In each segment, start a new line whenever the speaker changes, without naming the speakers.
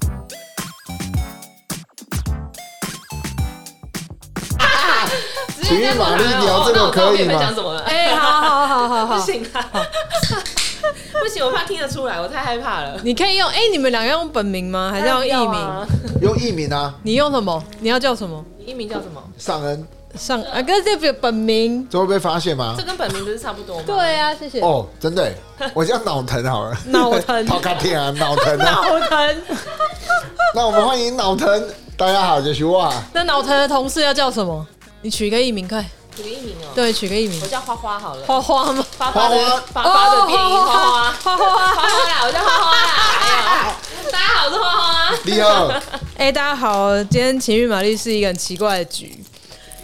请与玛丽
哦
哦
聊这个可以
分享
吗？
怎么了？哎，
哎，好好好好
不
好，
行啊， 不行，我怕听得出来，我太害怕 了。
你可以用哎，你们两个用本名吗？还是用艺名？
啊？
用艺名啊，
你用什么？你要叫什么？
你艺名叫什么？
上恩，
上啊，跟这个本名。
这会被发现吗
这？跟本名不是差不多吗？
对啊，谢谢。
哦，真的耶，我这样脑疼好了，
脑 疼
好卡天啊，脑疼啊。
脑疼，
那我们欢迎脑疼，大家好，就是我啊。
那脑疼的同事要叫什么？你取个艺名快，
取个艺名哦。
对，取个艺名
我，叫花花好了。
花花吗？
花花
花花
的花花的变音
哦
花花
花花
花花啦，我叫花花啦。哎 呦大家好，我是花啊花。
你好，
哎、大家好，今天情欲玛丽是一个很奇怪的局。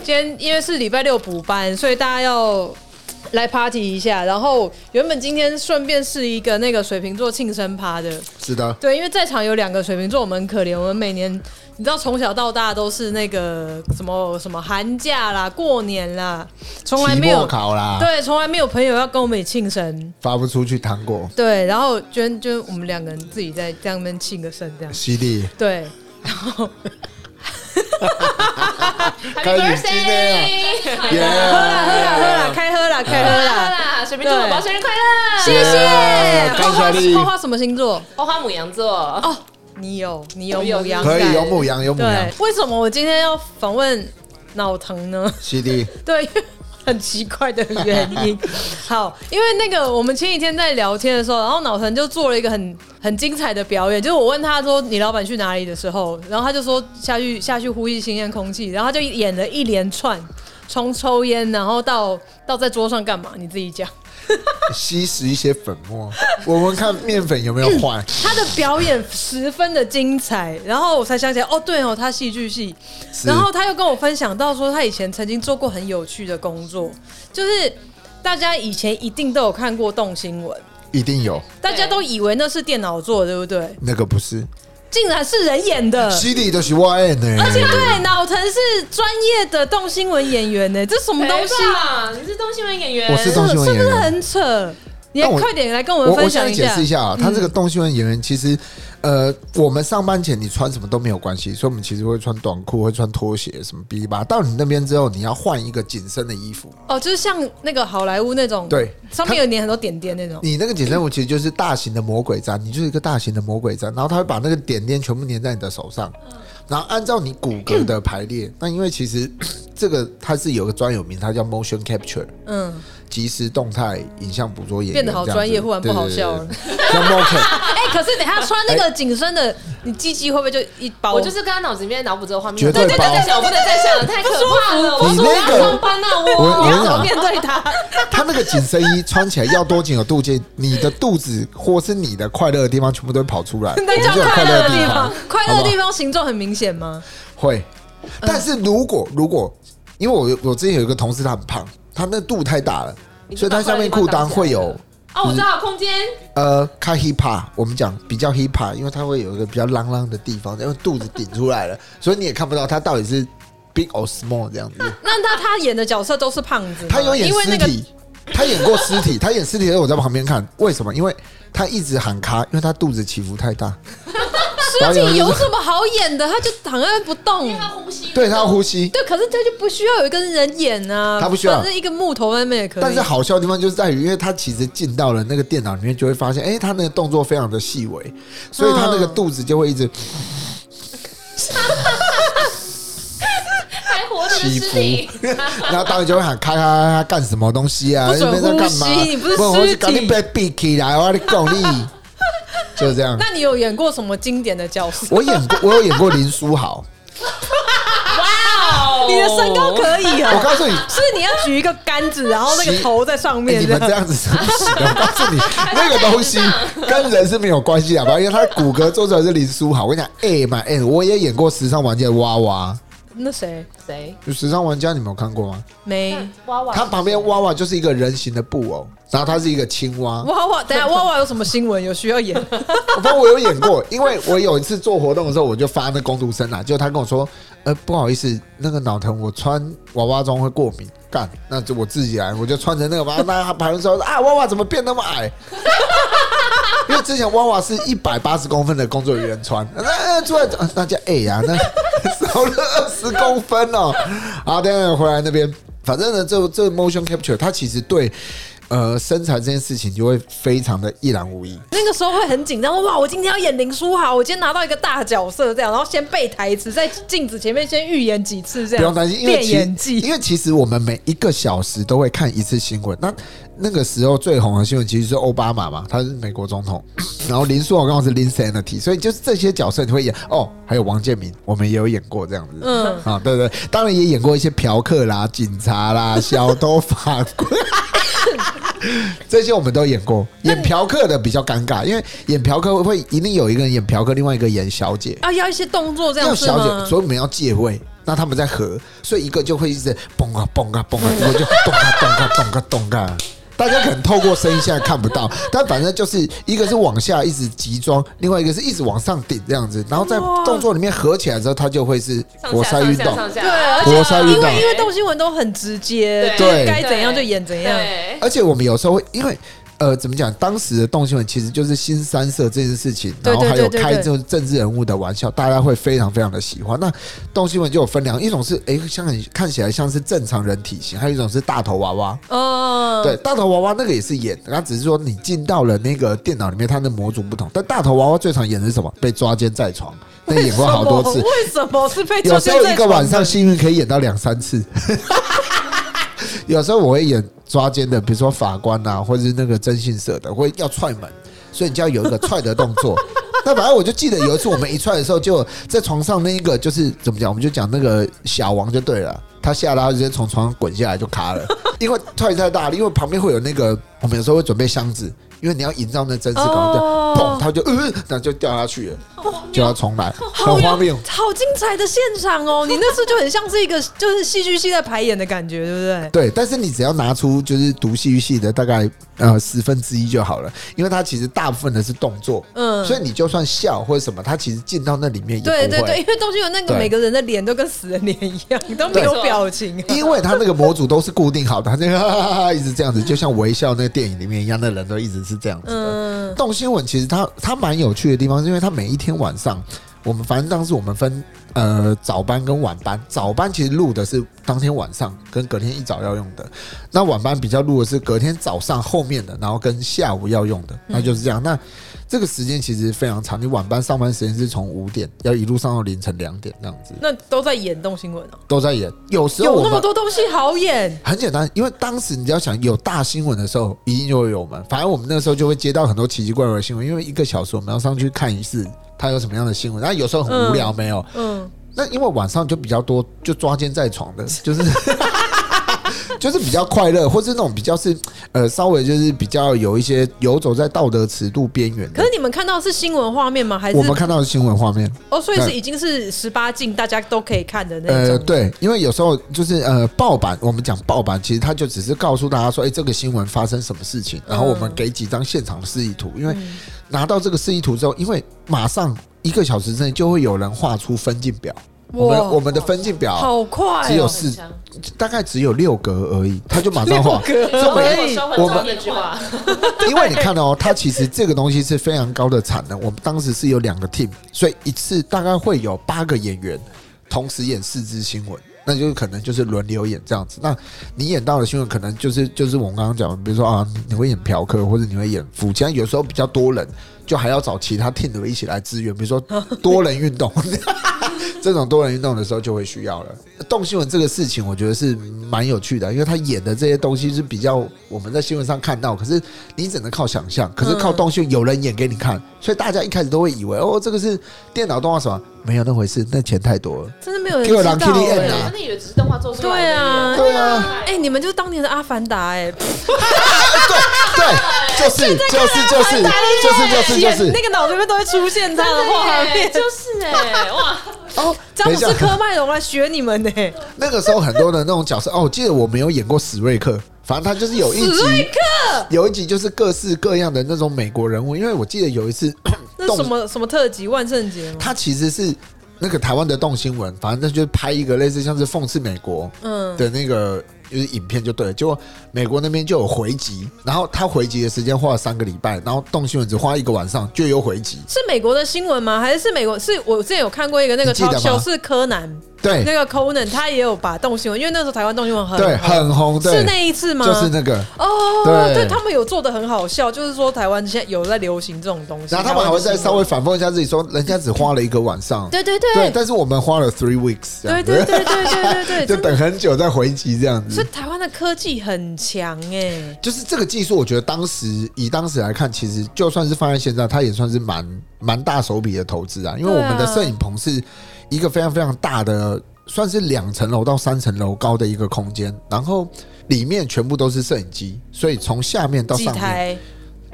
今天因为是礼拜六补班，所以大家要来 party 一下。然后原本今天顺便是一个那个水瓶座庆生趴的，
是的，
对，因为在场有两个水瓶座，我们很可怜，我们每年你知道从小到大都是那个什么什么寒假啦、过年啦，从来
期
没
末
有
考啊啦，
对，从来没有朋友要跟我们一起庆生。
发不出去糖果，
对，然后就就我们两个人自己在这样面庆个生这样。
犀利，
对，然后
Happy
开始今天
birthday！
耶，
喝啦喝啦喝啦，开喝啦开喝
啦
啦，
啦！水瓶座宝宝生日快
谢
乐！
谢。
Yeah，
花
啊感
花
谢你
花花什么星座？
花花母羊座，
哦，你有你有
我有
母羊，
可以有母。羊有母羊
对，，为什么我今天要访问脑疼呢？
犀利，
对，因为很奇怪的原因。好，因为那个我们前几天在聊天的时候，然后脑疼就做了一个很很精彩的表演，就是我问他说你老板去哪里的时候，然后他就说下去下去呼吸新鲜空气，然后他就演了一连串。从抽烟，然后到到在桌上干嘛？你自己讲。
吸食一些粉末，我们看面粉有没有 坏，
他的表演十分的精彩，然后我才想起来，哦，对哦，他戏剧系，
是
然后他又跟我分享到说，他以前曾经做过很有趣的工作，就是大家以前一定都有看过动新闻，
一定有，
大家都以为那是电脑做，的，对不对？
那个不是，
竟然是人演 的，
犀利都是我爱的，
而且对脑疼是专业的动新闻演员呢，这什么东西？
谁吧？你是东西文演员，
我是动新闻
是
演
不是
员。
很扯？你
但我
快点来跟我
我
们
我
分
想
享一
解
下嗯
释一。下啊，他这个动新闻演员其实，呃，我们上班前你穿什么都没有关系，所以我们其实会穿短裤，会穿拖鞋，什么哔哩吧啦。到你那边之后，你要换一个紧身的衣服。
哦，就是像那个好莱坞那种，
对
上面有粘很多点点那种。
你那个紧身服其实就是大型的魔鬼毡，你就是一个大型的魔鬼毡，然后他会把那个点点全部粘在你的手上，
嗯
然后按照你骨骼的排列。那因为其实 这个它是有个专有名，它叫 motion capture。
嗯，
即时动态影像捕捉演员
变得好
这样
专
子
业忽然不好笑了
对对对对叫 motion，
哎、可是等一下穿那个紧身
哎
的，你鸡鸡会不会就一包？
我就是刚刚脑子里面脑补这个画面，
绝对
我不能再
包
想，我不能再想了，太可怕了！我
你
说我要
那个
上班啊，
我
我
我
你要怎么
跟你
面对它？
他那个紧身衣穿起来要多紧有多紧，你的肚子或是你的快乐的地方全部都会跑出来，
那叫
我们就有
快乐的
的
地方
方，，
快乐
好
的
不好
地方形状很明显吗？
会。但是如果如果，因为我我之前有一个同事，他很胖，他那肚太大了，
你
所
就
以他
把
下
快乐
面
地方
裤裆
挡起来
会有
了哦，我知道空间，
呃，开 hip hop，我们讲比较 hip hop，因为它会有一个比较啷啷的地方，因为肚子顶出来了， 所以你也看不到它到底是 big or small 这样子。
那那他演的角色都是胖子吗，
他有演
因为
尸
那个
体，他演过尸体，他演尸体的时候我在旁边看，为什么？因为他一直喊卡，因为他肚子起伏太大，
尸体有什么好演的？他就躺在那不动。
呼吸
对他呼吸。
对，可是他就不需要有一个人演啊，
他不需要
反正一个木头在那边也可以。
但是好笑的地方就是在于，因为他其实进到了那个电脑里面，就会发现，哎、他那个动作非常的细微，所以他那个肚子就会一直
还活着的
起
尸
伏
体，，
然后导演就会喊咔咔咔干什么东西啊？
不准
你在干嘛
呼吸你不是
我
尸
是赶紧
体
被闭起来，我的狗力， 就这样。
那你有演过什么经典的角 色？
我演过，我有演过林书 豪，
哇哦
你的身高可以
我
哦，
告诉你，
是你要举一个杆子，然后那个
其
头在上
欸
面
你
这
们
样
这。样子是不行的，我告诉你，那个东西跟人是没有关系好不好？因为他的骨骼做出来是林书豪。我跟你讲，哎、嘛，哎、我也演过《时尚玩家》的娃娃，
那谁
谁？
《时尚玩家》你们有看过吗？
没？
娃娃，
他旁边娃娃就是一个人形的布偶，然后它是一个青蛙。
哇哇，等一下哇哇有什么新闻有需要演？
我反正我有演过，因为我有一次做活动的时候，我就发那工读生啊，结果他跟我说，呃，不好意思，那个脑疼，我穿娃娃装会过敏。干，那就我自己来，我就穿着那个娃娃，那他旁边说啊，娃娃怎么变那么矮？ 因为之前娃娃是一百八十公分的工作人员穿，那、那出来呃那叫 A 呀、那少了二十公分哦。好，等一下回来那边，反正呢，这这 motion capture 它其实对呃身材这件事情就会非常的一览无遗。
那个时候会很紧张，哇！我今天要演林书豪，我今天拿到一个大角色，这样，然后先背台词，在镜子前面先预演几次，这样
不用担心，因为
练
其
演
因
技。
为其实我们每一个小时都会看一次新闻。那那个时候最红的新闻其实是奥巴马嘛，他是美国总统，然后林书豪刚好是 Lin Sanity，所以就是这些角色你会演哦，还有王建民，我们也有演过这样子。
嗯，
啊，对对，当然也演过一些嫖客啦、警察啦、小偷、法官， 这些我们都演过。演嫖客的比较尴尬，因为演嫖客会一定有一个人演嫖客，另外一个演小姐。
啊，要一些动作这
要
样是
小姐，
吗？
所以我们要借位。那他们在合，所以一个就会一直蹦啊蹦啊蹦啊，一个就蹦啊蹦啊蹦啊蹦啊。大家可能透过声音现在看不到，但反正就是一个是往下一直集中，另外一个是一直往上顶这样子，然后在
哇
动作里面合起来之后，它就会是活
上下
塞运
上下
动。
上下，
对，而
活塞
且
运
因
动
为因为动新闻都很直接，
对
就是
对
该怎样就演怎样。
对
而且我们有时候会因为。呃，怎么讲？当时的动新闻其实就是新三社这件事情，
对
然后
对
还有
对对
开
对
这种政治人物的玩笑，大家会非常非常的喜欢。那动新闻就有分两，一种是诶，像你看起来像是正常人体型，还有一种是大头娃娃。
哦，
对，大头娃娃那个也是演，然后只是说你进到了那个电脑里面，它的模组不同。但大头娃娃最常演的是什么？被抓奸在床，那
为
演
什
过
么，
好多次。
为 什么是 被
有
抓
时
奸
候
在
一个晚上
床
幸运可以演到两三次。 有时候我会演抓奸的，比如说法官啊，或者是那个征信社的，会要踹门，所以你就要有一个踹的动作。 那反正我就记得有一次我们一踹的时候，就在床上那一个就是怎么讲，我们就讲那个小王就对了，他吓到他直接从床上滚下来就卡了， 因为踹太大了，因为旁边会有那个我们有时候会准备箱子，因为你要营造那真实感，这样
哦
砰，他就呃，那就掉下去了，就要重来，很荒谬。
好精彩的现场哦！你那次就很像是一个就是戏剧系在排演的感觉，对不对？
对，但是你只要拿出就是读戏剧系的大概呃十分之一就好了，因为它其实大部分的是动作，
嗯
所以你就算笑或者什么，它其实进到那里面也不
对
会，
对对，因为东西有那个
对
每个人的脸都跟死人脸一样，你都没有 表情。
因为它那个模组都是固定好的，它那 个哈哈哈哈一直这样子，就像微笑那个电影里面一样，那人都一直是这样子的。
嗯，
动新闻其实它它蛮有趣的地方，是因为它每一天晚上，我们反正当时我们分呃早班跟晚班，早班其实录的是当天晚上跟隔天一早要用的，那晚班比较录的是隔天早上后面的，然后跟下午要用的，那就是这样。那这个时间其实非常长，你晚班上班时间是从五点要一路上到凌晨两点这样子，
那都在演动新闻哦，
都在演。有时候
有
我
那么
们
多东西好演。
很简单，因为当时你只要想有大新闻的时候，一定就会有我们。反正我们那时候就会接到很多奇奇怪怪的新闻，因为一个小时我们要上去看一次它有什么样的新闻。然后有时候很无聊，没有。
嗯，
那因为晚上就比较多，就抓奸在床的，就是 就是比较快乐，或是那种比较是呃稍微就是比较有一些游走在道德尺度边缘
可
的
是。你们看到的是新闻画面吗？还是
我们看到的新闻画面，
哦，所以是
对
已经是十八禁，大家都可以看的那
呃，
种。
对，因为有时候就是呃，报版，我们讲报版，其实他就只是告诉大家说，哎、这个新闻发生什么事情，然后我们给几张现场的示意
嗯
图，因为拿到这个示意图之后，因为马上一个小时之内就会有人画出分镜表，我们我们的分镜表
好快
只有
哦！
四
很强，
大概只有六格而已，他就马上画，
六格
所以每
而已
收
我
很
们
长一句话，
因为你看哦，它其实这个东西是非常高的产能。我们当时是有两个 team，所以一次大概会有八个演员同时演四支新闻，那就是可能就是轮流演这样子。那你演到的新闻可能就是就是我们刚刚讲的，比如说啊，你你会演嫖客或者你会演夫妻，但有时候比较多人，就还要找其他 team 的一起来支援，比如说多人运动。这种多人运动的时候就会需要了。动新闻这个事情，我觉得是蛮有趣的，因为他演的这些东西是比较我们在新闻上看到，可是你只能靠想象，可是靠动新闻有人演给你看，所以大家一开始都会以为哦，这个是电脑动画什么，没有那回事，那钱太多了。
真的没有人
给我
知
狼
道
Kitty
哎
Ann 啊
真的以为只是动画做出来
对
的耶。
啊，
对啊，
哎，你们就是当年的《阿凡达》 哎，
对，就是就是就是就是就是就是
那个脑子里面都会出现他的画
真 的耶
面。
就是哎，哇，
哦，
詹
等
姆
一
斯
下，
科麦隆来学你们呢、欸
那个时候很多的那种角色哦，我记得我没有演过史瑞克，反正他就是有一集
史瑞克
有一集就是各式各样的那种美国人物，因为我记得有一次
那
动
什么什么特辑万圣节吗？
他其实是那个台湾的动新闻，反正就是拍一个类似像是讽刺美国
嗯
的那个就是影片就对了。结果美国那边就有回击，然后他回击的时间花了三个礼拜，然后动新闻只花一个晚上就有回击。
是美国的新闻吗？还是是美国？是我之前有看过一个那个
你记得
talk
吗
show，是柯南，
对
那个 Conan，他也有把动新闻，因为那时候台湾动新闻很
对，
红
很红，对，
是那一次吗？
就是那个。
哦，
对
对，他们有做的很好笑，就是说台湾现在有在流行这种东西，
然后他们还会再
台湾的新
稍
闻
微反讽一下自己，说人家只花了一个晚上，
对对
对，
对
但是我们花了 three weeks，这样
对
子
对对对对对对，
就
真的，
等很久再回击这样子
所以。台湾的科技很强哎，
就是这个技术，我觉得当时以当时来看，其实就算是放在现在，它也算是蛮蛮大手笔的投资啊。因为我
对啊
们的摄影棚是一个非常非常大的，算是两层楼到三层楼高的一个空间，然后里面全部都是摄影机，所以从下面到
几
上面，
台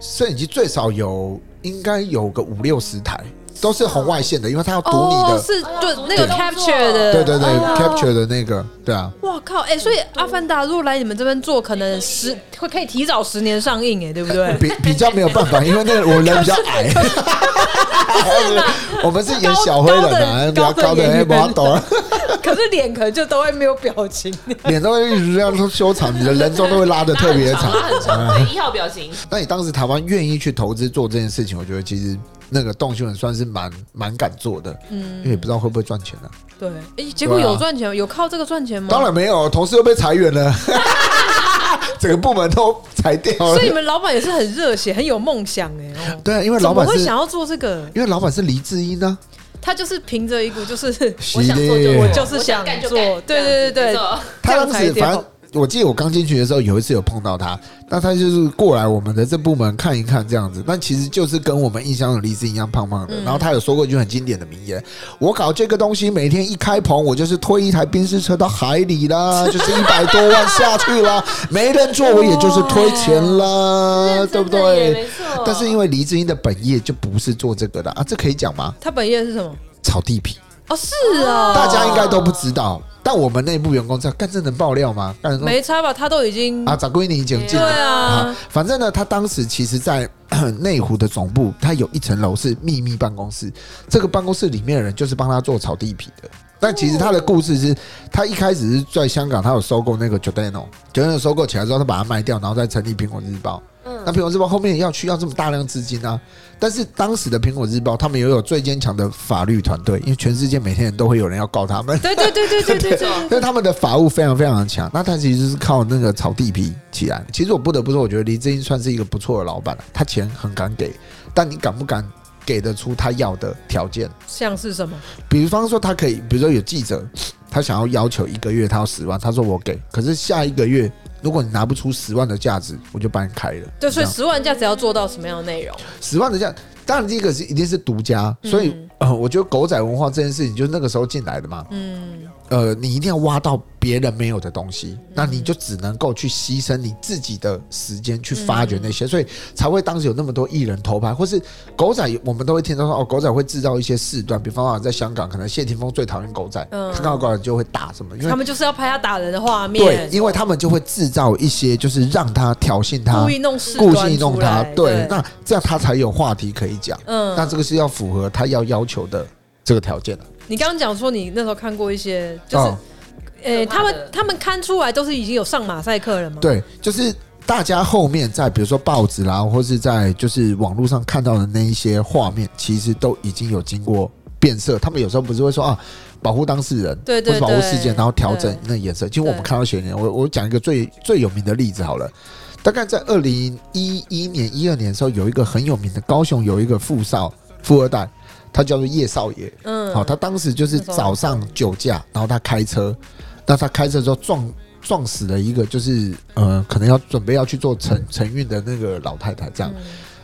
摄影机最少有应该有个五六十台，都是红外线的，因为它要读你
哦
的，
是
哎呀
对
读
那个
你的
capture 的，
对对对
哦
，capture 的那个，对啊。
哇靠！哎、所以《阿凡达》如果来你们这边做，可能十会可以提早十年上映、哎，对不对？
比比较没有办法，因为那个我人比较 矮，我们是演小灰人啊，比较
高
高
高的
的
演
哎，
员
不要抖了，
可是脸可能就都会没有表情。
脸都会一直这样修长，你的人中都会拉的 特别 长。嗯
拉很长，对，一号表情。
那你当时台湾愿意去投资做这件事情，我觉得其实那个动新闻算是蛮蛮敢做的，嗯，因为也不知道会不会赚钱啊。
对，哎、结果
对啊
有赚钱，有靠这个赚钱吗？
当。然没有，同事又被裁员 了，整个部门都裁掉了
所以。你们老板也是很热血，很有梦想哎、哦
对，啊因为老板
怎么会
是，
想要做这个？
因为老板是黎智英啊呢，
他就是凭着一 股就是
我想做就
是
做
我
就是想
想干就
做
干
对对对
这样子没
对
错
他当
这样
时
才对
反正我记得我刚进去的时候有一次有碰到他，那他就是过来我们的这部门看一看这样子，但其实就是跟我们印象的黎姿一样胖胖的。
嗯
然后他有说过一句很经典的名言：“我搞这个东西，每天一开棚，我就是推一台宾士车到海里啦， 就是一百多万下去啦，没人做我也就是推钱啦，对不
认真的耶
对
没错。？”
但是因为黎智英的本业就不是做这个的啊，这可以讲吗？
他本业是什么？
炒地皮。
哦，是哦，
大家应该都不知道。但我们内部员工知道，干这能爆料吗？干说
没差吧？他都已经、
啊，咋归你讲进
对
的
啊，
反正呢，他当时其实在， 内湖的总部，他有一层楼是秘密办公室，这个办公室里面的人就是帮他做炒地皮的。但其实他的故事是，他一开始是在香港，他有收购那个 Giordano，Giordano 收购起来之后，他把它卖掉，然后再成立苹果日报。
嗯
那苹果日报后面也要需要这么大量资金啊，但是当时的苹果日报，他们也有最坚强的法律团队，因为全世界每天都会有人要告他们，
对对对对对对对，
但他们的法务非常非常的强，那他其实是靠那个炒地皮起来。其实我不得不说，我觉得黎智英算是一个不错的老板了，他钱很敢给，但你敢不敢给得出他要的条件？
像是什么？
比方说，他可以，比如说有记者，他想要要求一个月他要十万，他说我给，可是下一个月如果你拿不出十万的价值，我就把你开了。
就
这
是
样
十万价值要做到什么样的内容？
十万的价，当然这个是一定是独家，所
嗯
以、呃，我觉得狗仔文化这件事情就是那个时候进来的嘛。嗯，呃，你一定要挖到别人没有的东
嗯
西，那你就只能够去牺牲你自己的时间去发
嗯
掘那些，所以才会当时有那么多艺人偷拍，或是狗仔，我们都会听到说哦，狗仔会制造一些事端，比方说在香港，可能谢霆锋最讨厌狗仔，
嗯
他看到狗仔就会打什么，因为
他们就是要拍他打人的画面，
对，因为他们就会制造一些就是让他挑衅他，
故意弄事，
故意弄他，对
对，，
那这样他才有话题可以讲。
嗯
那这个是要符合他要要求的这个条件的。
你刚刚讲说你那时候看过一些，就是
哦
可怕的
呃、他们他们看出来都是已经有上马赛克了嘛？，
对，就是大家后面在比如说报纸啦，或是在就是网络上看到的那一些画面，其实都已经有经过变色。他们有时候不是会说啊，保护当事人，
对对
或是保护事件，
对
然后调整
对
那颜色。其实我们
对
看到悬念，我我讲一个最最有名的例子好了。大概在二零一一年、一二年的时候，有一个很有名的高雄有一个富少富二代，他叫做叶少爷。
嗯，
好，他当时就是早上酒驾，然后他开车，那他开车之后撞撞死了一个就是呃，可能要准备要去做承承运的那个老太太这样。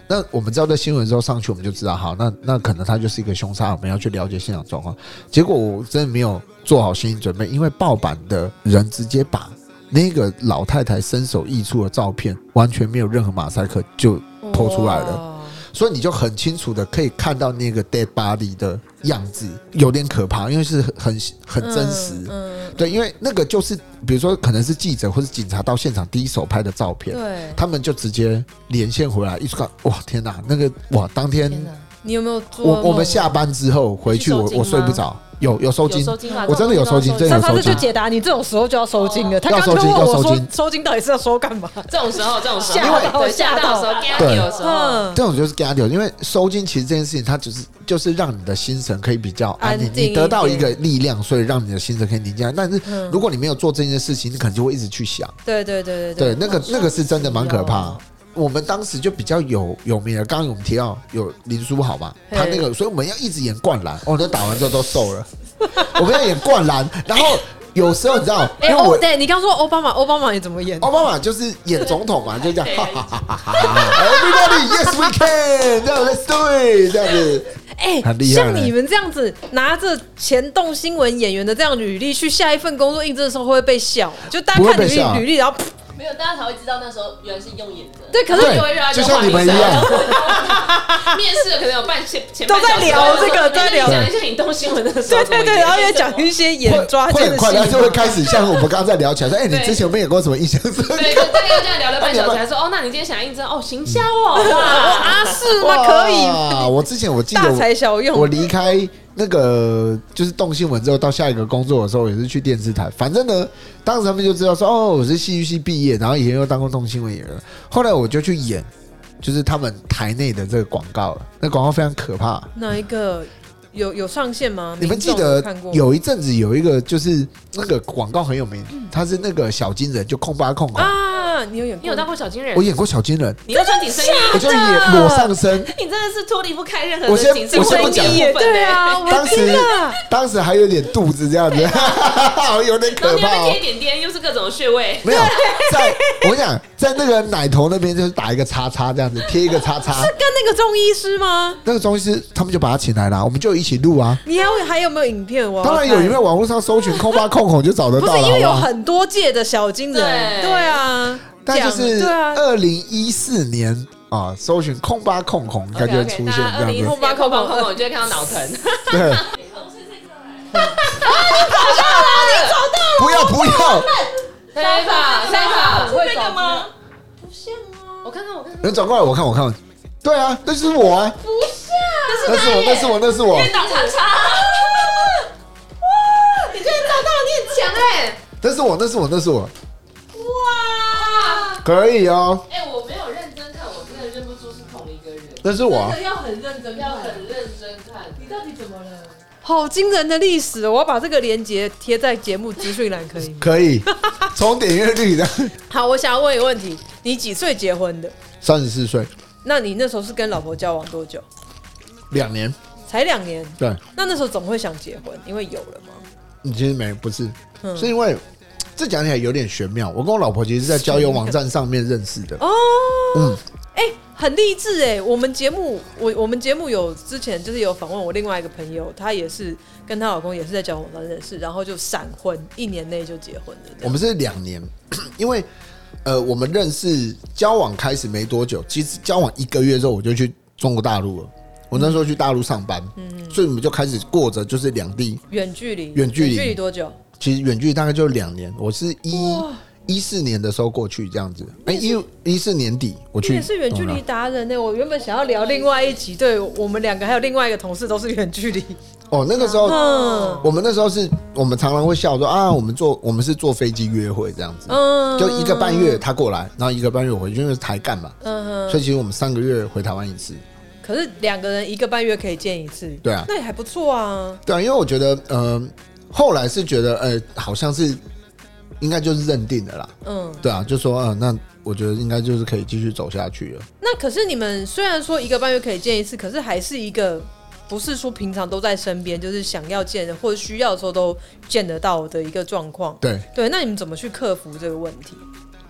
那我们知道在新闻之后上去，我们就知道，好，那那可能他就是一个凶杀，我们要去了解现场状况。结果我真的没有做好心理准备，因为盗版的人直接把那个老太太身首异处的照片，完全没有任何马赛克就剖出来了。
了。
所以你就很清楚的可以看到那个 dead body 的样子，有点可怕，因为是很很真实。
嗯，嗯
对，因为那个就是，比如说可能是记者或是警察到现场第一手拍的照片，
对。
他们就直接连线回来，一看，哇，天哪，那个哇，当天
天哪
你有没有做
我
梦？
我们下班之后回去，
去
我
收金
我睡不
吗
着，有有收金，
收
啊
金吧
我真的有收金，真的有
那他
收
这就
金。
解答你这种时候就要收金了。他
要
刚刚
收
就
金
问
要
我
收
说
金，
收金到底是要收干嘛？
这种时候，这种时
吓
候
到
对吓到的时候，
吓
吓
到
到的时候，
嗯，
这种就是 get 因为收金其实这件事情，它只是就是让你的心神可以比较安宁
安，静一
你得到一个
点
力量，所以让你的心神可以宁静安。但是
嗯
如果你没有做这件事情，你可能就会一直去想，
对对对
对，
对
那个那个是真的蛮可怕
哦。
我们当时就比较有有名的，刚刚我们提到有林书豪嘛，
嘿
他那个，所以我们要一直演灌篮，哦，那打完之后都瘦了，我们要演灌篮，然 后有时候你知道，因
哎，
为
哦，
我
对你刚说奥巴马，奥巴马你怎么演？
奥巴马哦就是演总统嘛，就这样，
对
哈哈哈哈哈哈，Everybody, yes we can，这样 Let's do it，这样子。
哎
很，厉害
像
嘞
你们这样子拿着前动新闻演员的这样履历去下一份工作应征的时候，会不会被笑？就大家
不会
看
被
履历
笑啊
履历，然后噗
嗯没有，大家才会知道那时候原来是用眼的。
对，可
对
是
就会让他
就像你们一样
样。面试可能有半前前半
都在
小时
聊这个
我就说
在聊
你讲一下你动新闻的时候
对
怎么
对
演，
对，然后也讲
对
一些眼抓
会
奸
很
的
快，然后
戏
就会开始像我们刚刚在聊起来 说，哎，你
对
之前有没有给我什么印象深刻？
对，就大概这样聊了半小时，
那你
还说哦，那你今天想应征哦，行销哦，哇，
啊，是吗？可以
哇我之前我记得
大材
我
小用
我。离开那个就是动新闻之后，到下一个工作的时候，也是去电视台。反正呢，当时他们就知道说，哦，我是戏剧系毕业，然后以前又当过动新闻演员。后来我就去演，就是他们台内的这个广告了。那广告非常可怕，
哪一个有有上线吗？
你们
民
记
众
得
看过吗
有一阵子有一个就是那个广告很有名，他是那个小金人，就控吧控口。
嗯啊？你有演过？
你有当过小金人
我？演过小金人，
你要穿紧身衣，
我就演裸上身。
你真的是脱离不开任何
我
的
先
紧身
我先不
衣
讲
的部分
对
欸
啊，我
当
的
时
天啊！
当时还有点肚子这样子， 有点
然
可
后你又
怕
被
哦
贴。点点，又是各种穴位，
没有在，我跟你讲，在那个奶头那边就是打一个叉叉这样子，贴一个叉叉
是。跟那个中医师吗？
那个中医师他们就把他请来了，我们就一起录啊。
你还有还有没有影片？我要
当然有，
哦看
因为网络上搜寻“空巴空孔”就找得
不
到
是
了，
因为有
好不好？
很多届的小金人，
对
对啊，
但就
这样
是呃
对啊，
二零一四年啊，搜寻“空巴空孔”它就会
OK，OK，
出现
大家
这样子。
2014年扣扣扣扣，你就会看到脑疼。
对， 不要不要，
来吧，来吧，
是这个
吗？不像啊！我看看，我看看，
人转过来我看我看。对啊，那就是我啊，那是我，那是我，那是我，
长长长。哇！你居然找到，你很强哎！
那是我，那是我，那是我，
哇！
可以哦，
哎，我没有认真看，我真的认不出是同一个人。
那是我啊。啊
要很认真，要很认真看。你到底怎么了？
好惊人的历史哦！我要把这个链接贴在节目资讯栏，可以吗？
可以，从点阅率的
好，我想要问一个问题：你几岁结婚的？
三十四岁，
那你那时候是跟老婆交往多久？
两年，
才两年。
对，
那那时候总会想结婚，因为有了嘛。
你其实没不是，
嗯
是因为这讲起来有点玄妙。我跟我老婆其实是在交友网站上面认识的，
哦，
嗯，
哎、很励志哎！我们节目，我我们节目有之前就是有访问我另外一个朋友，她也是跟她老公也是在交往网站认识，然后就闪婚，一年内就结婚的这
我
样。
们是两年， 因为呃，我们认识交往开始没多久，其实交往一个月之后我就去中国大陆了。我那时候去大陆上班，
嗯
所以我们就开始过着就是两地，
远距离，
远距离
距离多久？
其实远距离大概就两年。我是一
哇
一四年的时候过去这样子，哎、一一四年底我
你
去
也是远距
中国大
离
陆
达人呢、欸我原本想要聊另外一集，对我们两个还有另外一个同事都是远距离。
哦，那个时候
嗯
我们那时候是我们常常会笑说啊，我们坐我们是坐飞机约会这样子，
嗯
就一个半月他过来，然后一个半月我回去，因为是台干嘛，
嗯
所
哼，
以其实我们三个月回台湾一次。
可是两个人一个半月可以见一次，
对啊
那也还不错啊。
对啊，因为我觉得，呃，后来是觉得，呃，好像是应该就是认定的啦。
嗯，
对啊，就说，嗯、那我觉得应该就是可以继续走下去了。
那可是你们虽然说一个半月可以见一次，可是还是一个不是说平常都在身边，就是想要见或者需要的时候都见得到的一个状况。
对，
对，那你们怎么去克服这个问题？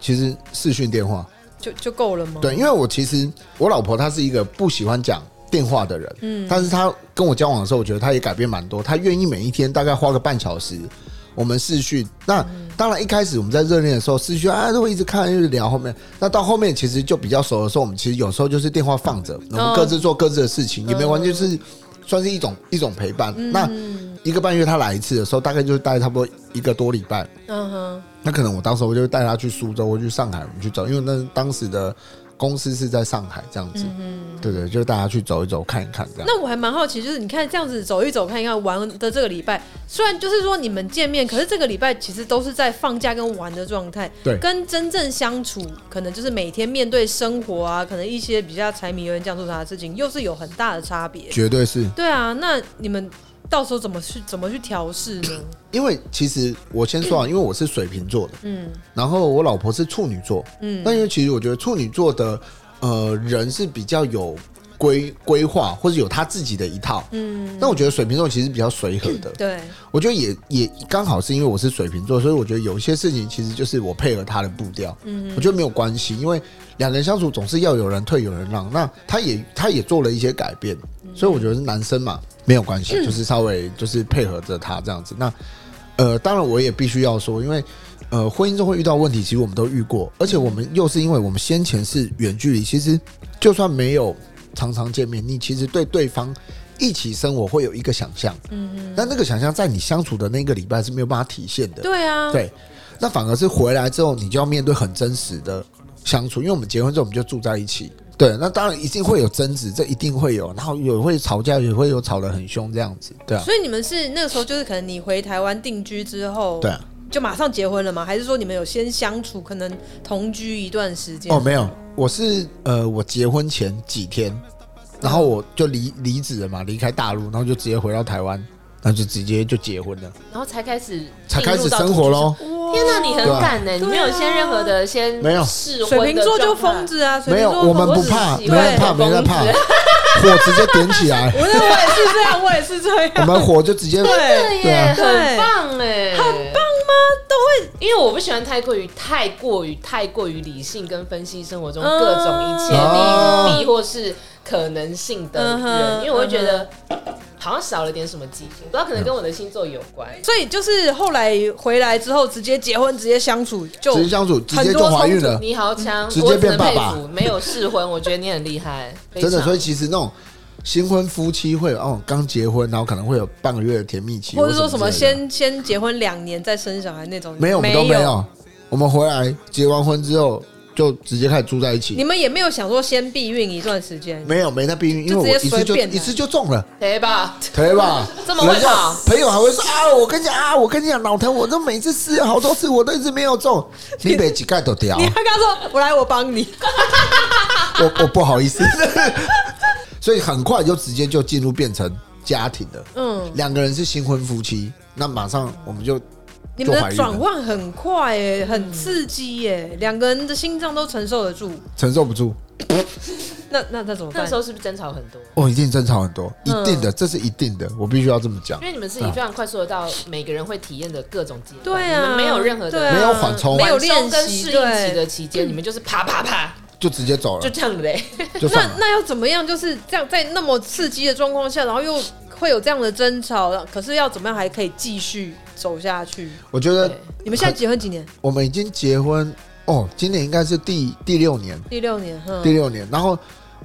其实视讯电话，
就就够了吗？
对，因为我其实我老婆她是一个不喜欢讲电话的人，但是她跟我交往的时候，我觉得她也改变蛮多，她愿意每一天大概花个半小时。我们视讯，那当然一开始我们在热恋的时候视讯啊，都会一直看，一直聊。后面那到后面其实就比较熟的时候，我们其实有时候就是电话放着，我们各自做各自的事情，也没关系，就是算是一种一种陪伴。那一个半月她来一次的时候，大概就是待差不多一个多礼拜。
嗯哼，
那可能我当时我就带他去苏州，或去上海，我们去找，因为那是当时的公司是在上海这样子，
嗯
对对，就大家去走一走看一看这样。
那我还蛮好奇，就是你看这样子走一走看一看玩的这个礼拜，虽然就是说你们见面，可是这个礼拜其实都是在放假跟玩的状态，
对
跟真正相处，可能就是每天面对生活啊，可能一些比较柴米油盐酱醋茶的事情，又是有很大的差别。
绝对是
对啊，那你们到时候怎么去怎么去调试呢？
因为其实我先说啊，因为我是水瓶座的，
嗯
然后我老婆是处女座，
嗯
那因为其实我觉得处女座的呃人是比较有规规划，或者有他自己的一套。
嗯，
那我觉得水瓶座其实比较随和的，
对，
我觉得也也刚好是因为我是水瓶座，所以我觉得有一些事情其实就是我配合他的步调，嗯，我觉得没有关系，因为两个人相处总是要有人退有人让，那他也他也做了一些改变，所以我觉得是男生嘛没有关系，就是稍微就是配合着他这样子。那呃，当然我也必须要说，因为呃婚姻中会遇到问题，其实我们都遇过，而且我们又是因为我们先前是远距离，其实就算没有常常见面，你其实对对方。一起生活会有一个想象，那那个想象在你相处的那个礼拜是没有办法体现的。
对啊，
对，那反而是回来之后，你就要面对很真实的相处，因为我们结婚之后我们就住在一起。对，那当然一定会有争执，这一定会有，然后也会吵架，也会有吵得很凶这样子，对啊，
所以你们是那个时候就是可能你回台湾定居之后，
对啊。
就马上结婚了吗？还是说你们有先相处，可能同居一段时间？
哦，没有，我是呃，我结婚前几天，然后我就离离职了嘛，离开大陆，然后就直接回到台湾，然后就直接就结婚了，
然后才开始
才开始生活喽。
天哪，你很敢呢、你没有
对啊
先任何的先
没有
试婚的
水瓶座就疯
状态。
子啊，水
没
瓶
有，
座
我们
疯
不
子
怕，
我只
没
喜
在
欢
怕，没在怕
疯子，
火直接点起 来，
我那我也是这样，我也是 这
我
样，
们火就直接对
对
啊
耶，很棒哎，很棒吗？
都
会，因为我不喜欢太过于太过于太过于理性跟分析生活中各种一切
嗯
利弊或是可能性的
嗯哼
人，因为我会觉得好像少了点什么激情，不知道可能跟我的星座有关。
嗯
所以就是后来回来之后，直接结婚，直接相处，就
直接相处，直
很
接就
多
怀孕
冲
了，
你好强，
直接变爸爸
我只能佩服没有 试婚，我觉得你很厉害，非
真的。
常
所以其实那种新婚夫妻会有哦，刚结婚，然后可能会有半个月的甜蜜期，
或者说什么
之类的
先先结婚两年再生小孩那种，
没有，我们都没。有。我们回来结完婚之后，就直接开始住在一
你
起。
们也没有想说先避孕一段 时间，
没有，没在避孕，因为我
就直接
一次就
随便来
一次就中 了，
对吧？
可以吧？
这么会
人家
跑
朋友还会说啊，我跟你讲啊，我跟你讲，脑疼，我都每次试了好多次，我都一直没有 中。你别几盖都掉
你，还跟他说我来我帮你，
我我不好意思。 所以很快就直接就进入变成家庭了。
嗯，
两个人是新婚夫妻，那马上我们就
你们
就怀
的
孕
转
了
换很快 耶、
嗯
很刺激耶、两个人的心脏都承受得住，
承受不住，
那那那怎么办？
那时候是不是争吵很多？
哦，一定争吵很多，一
嗯
定的，这是一定的，我必须要这么讲
因，为你们是以非常快速的到每个人会体验的各种阶段，
对啊
你们没有任何
对啊
的
没有缓冲
没有
缓冲跟
练
适
习
应期
对
的期间，你们就是啪啪啪
就直接走
就
了，
这样嘞。
就上
那
了。
那要怎么样？就是这样，在那么刺激的状况下，然后又会有这样的争吵，可是要怎么样还可以继续走下去？
我觉得
对
你们现在结婚几年？
我们已经结婚哦，今年应该是第第六年，
第六年，哼
第六年，然后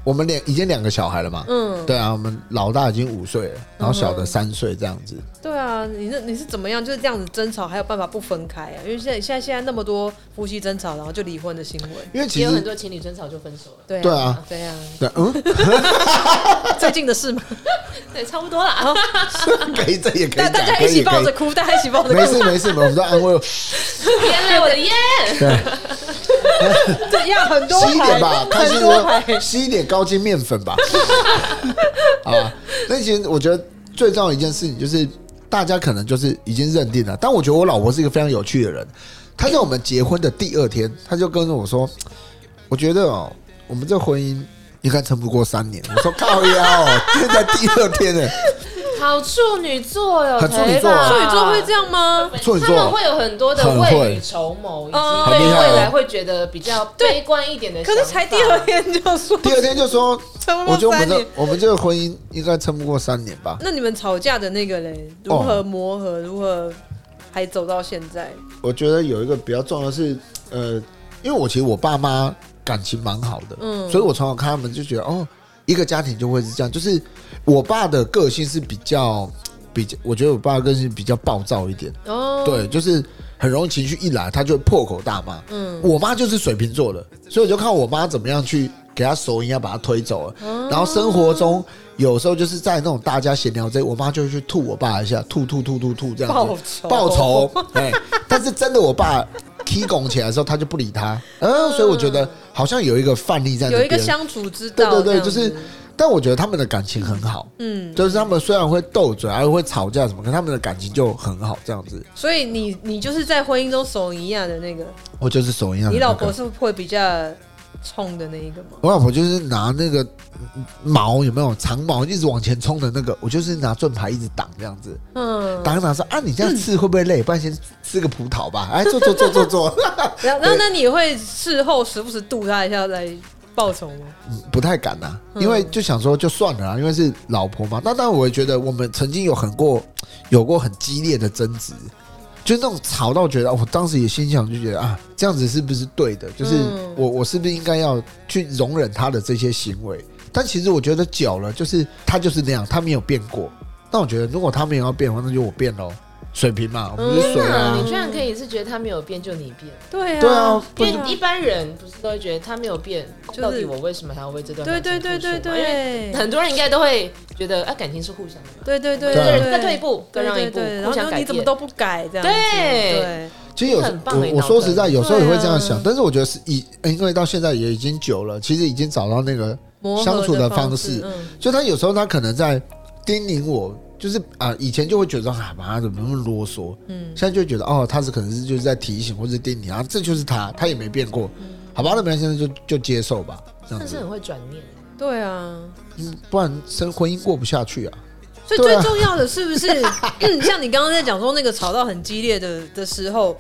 我们两已经两个小孩了嘛，
嗯，
对啊，我们老大已经五岁了，然后小的三岁这样子，
对啊，你那你是怎么样就是这样子争吵，还有办法不分开啊？因为现在现在现在那么多夫妻争吵，然后就离婚的新闻，
因为其
也有很
实
多情侣争吵就分手了，
对
对啊，
对啊，
对，嗯，
最近的事嘛，
对，差不多啦。
可以，这也可以
大
讲，
大家
可以
一起
可
抱
以
着哭，大家一起抱着
没
哭，
事没事，我们都安慰，
眼泪，我的烟，
这样很 多
吸一点 吧，
牌，
开
很
心
多牌，
说吸一点高筋面粉吧。 啊，那其实我觉得最重要的一件事情就是，大家可能就是已经认定了。但我觉得我老婆是一个非常有趣的人，她在我们结婚的第二天，她就跟我说：“我觉得哦，我们这婚姻应该撑不过三年。”我说：“靠呀哦，现在第二天呢，
好处女座哟，
很处女座
对吧
处女座会这 样吗？
处女
他们
座
会有很多的
很会
未雨绸缪，以
嗯
及对于
很厉害哦
未来会觉得比较悲观一点的
可
想法。
是才第二天就说
第二天就 说，
撑
我
不
觉得我
过
们
三
这
年。
我们这个婚姻应该撑不过三年吧。”
那你们吵架的那个嘞，如何磨合，如何还走到现在？
我觉得有一个比较重要的是，呃，因为我其实我爸妈感情蛮好的，
嗯
所以我从小看他们就觉得，哦，一个家庭就会是这样。就是我爸的个性是比较比较，我觉得我爸的个性比较暴躁一点，
哦，
对，就是很容易情绪一来，他就会破口大骂。嗯，我妈就是水瓶座的，所以我就看我妈怎么样去给她手一要把她推走了。
哦
然后生活中有时候就是在那种大家闲聊这，我妈就会去吐我爸一下，吐吐吐吐吐这样子
报 仇
报仇。哎，但是真的我爸。踢拱起来的时候，他就不理他，嗯，所以我觉得好像有一个范例在那
有一
边，
个相处之
对
道，
对对，
这样
就
子
是，但我觉得他们的感情很好，
嗯，
就是他们虽然会斗嘴，还会吵架什么，可他们的感情就很好，这样子。
所以你你就是在婚姻中手一样的那个，
我就是手一样的那个、
你老婆是会比较冲的那一个吗？
我老婆就是拿那个毛有没有长毛一直往前冲的那个，我就是拿盾牌一直挡这样子，
嗯，
挡一挡说啊，你这样刺会不会累？不然先吃个葡萄吧。哎，坐坐坐坐坐，
然后那那你会事后时不时度他一下来报仇吗？
不太敢呐、因为就想说就算了啦，啊因为是老婆嘛。那当然，我也觉得我们曾经有很过有过很激烈的争执，就是那种吵到觉得，我当时也心想就觉得啊，这样子是不是对的？就是
嗯
我我是不是应该要去容忍他的这些行为？但其实我觉得久了，就是他就是那样，他没有变过。那我觉得如果他没有要变的话，那就我变喽，水平嘛，我们就是水啊。
你居然可以是觉得他没有变，就你变。
对啊，
对啊，不
因为一般人不是都会觉得他没有变，
就是
到底我为什么还要为这段
对
感情
对对对
付出嘛因为
对
很多人应该都会觉得啊，感情是互相的嘛，
对对对
有的
对
人再退一步，更
对
让一
对
步，
对，然
互
后
相
就
改
你怎么
变。
都不改这样子，
对
对，
其实有时
很棒
我
欸
我
脑
说
坑
实在，有时候也会这样想
对啊，
但是我觉得是已因为到现在也已经久了，其实已经找到那个，
磨合
相处的
的
方
式
式，
嗯，
就他有时候他可能在叮咛我，就是啊、以前就会觉得啊妈怎么那么啰嗦，嗯，现在就觉得哦他是可能是就是在提醒或是叮咛啊，这就是他，他也没变过，好吧，那没关系，那就就接受吧，这样
但是
子，
很会转念，
对啊。
嗯不然生婚姻过不下去啊，
所以
对
最
啊
重要的是不 是，嗯像你刚刚在讲说那个吵到很激烈的的时候，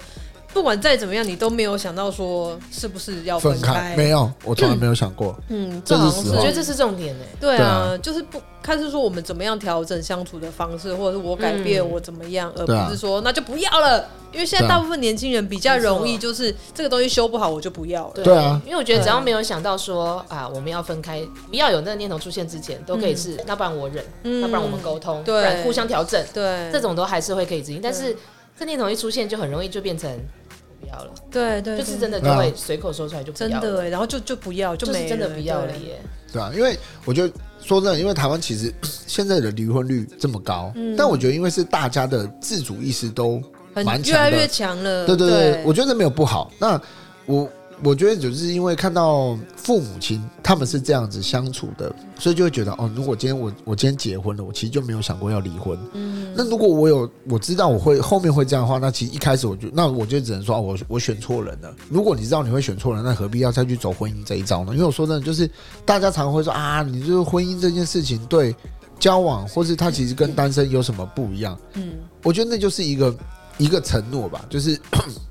不管再怎么样，你都没有想到说是不是要
分
哦开？
开没有，我从来没有想过，
嗯，
这是
好像
实
我
话
觉得
是
这是重点呢。
对
对
啊
啊，
就是不看是说我们怎么样调整相处的方式，或者是我改
嗯
变我怎么样，
对
而
啊
不是说那就不要了。因为现在
对啊
大部分年轻人比较容
啊
易，
没错
就是这个东西修不好我就不要了。
对啊
因为我觉得只要没有想到说啊，我们要分开，不要有那个念头出现之前，都可以是，那不然我忍，
嗯
那不然我们沟通，不
对
然互相调整，
对，
这种都还是会可以执行。但是这念头一出现，就很容易就变成我不要了，
对对，
就是
对
真的
对
就
啊
会随口说出来就不
真
要
的
了，
欸，然后就就不要，就
就
没
是真的
了
不要了
对
耶。
对啊，因为我觉得说真的，因为台湾其实现在的离婚率这么高，但我觉得因为是大家的自主意识都蛮强
很
的
越来越强了。
对对对，
对，
我觉得没有不好。那我我觉得就是因为看到父母亲他们是这样子相处的，所以就会觉得哦，如果今天我我今天结婚了，我其实就没有想过要离婚。
嗯
那如果我有我知道我会后面会这样的话，那其实一开始我就那我就只能说哦，我我选错人了。如果你知道你会选错人，那何必要再去走婚姻这一招呢？因为我说真的，就是大家常会说啊，你就是婚姻这件事情对交往或是它其实跟单身有什么不一样？
嗯。
我觉得那就是一个一个承诺吧，就是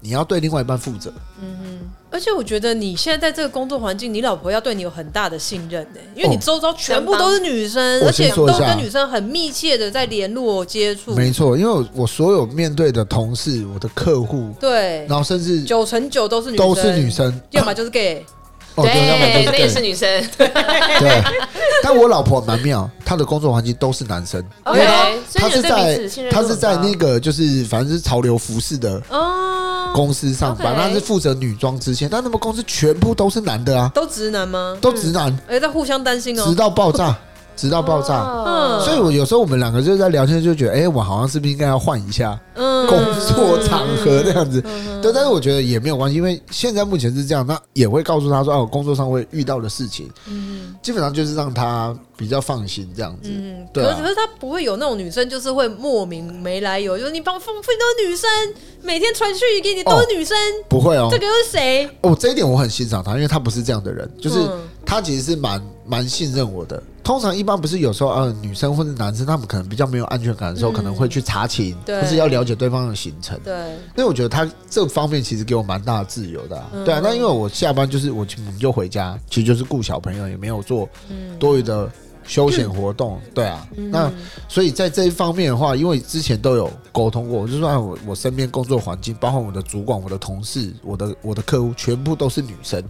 你要对另外一半负责。
而且我觉得你现在在这个工作环境，你老婆要对你有很大的信任呢、因为你
哦
周遭全部都是女生，
我
而且
先说一
都
下
跟女生很密切的在联络接触，
没错，因为我我所有面对的同事、我的客户，
对，
然后甚至
九成九都是女生，
都是女，生，
要么就是 gay，
哦，对，要么
对，
都
那
是
也是
gay，
女生。
对。 但我老婆蛮妙，她的工作环境都是男生，因
OK，
为她
哦啊所以
她
你
是
们对彼此
在
信任度
她
很高
是在那个就是反正是潮流服饰的
哦，
公司上班，
OK
她是负责女装之前，但他们公司全部都是男的啊，
都直男吗？
嗯
都直男，
哎，在互相担心
直
哦，
到爆炸，直到爆炸。
哦
所以，我有时候我们两个就在聊天，就觉得，哎、我好像是不是应该要换一下
嗯
工作场合这样子？对，但是我觉得也没有关系，因为现在目前是这样，那也会告诉他说，哦、我工作上会遇到的事情，基本上就是让他比较放心这样子。
嗯，可
对
是
啊
可是他不会有那种女生，就是会莫名没来由，就是你帮我付费都是女生，每天传讯息给你都是女生，
不会哦
这，个又是谁？
哦，这一点我很欣赏他，因为他不是这样的人，就是
嗯
他其实是蛮蛮信任我的。通常一般不是有时候，呃，女生或者男生他们可能比较没有安全感的时候，可能会去查寝，
嗯对
或是要了解对方的行程。
对，
因为我觉得他这方面其实给我蛮大的自由的、啊，对啊。那因为我下班就是我我们就回家，其实就是顾小朋友，也没有做
嗯
多余的休闲活动，对啊。那所以在这一方面的话，因为之前都有沟通过，我就说啊我我身边工作环境，包括我的主管、我的同事、我的我的客户，全部都是女生，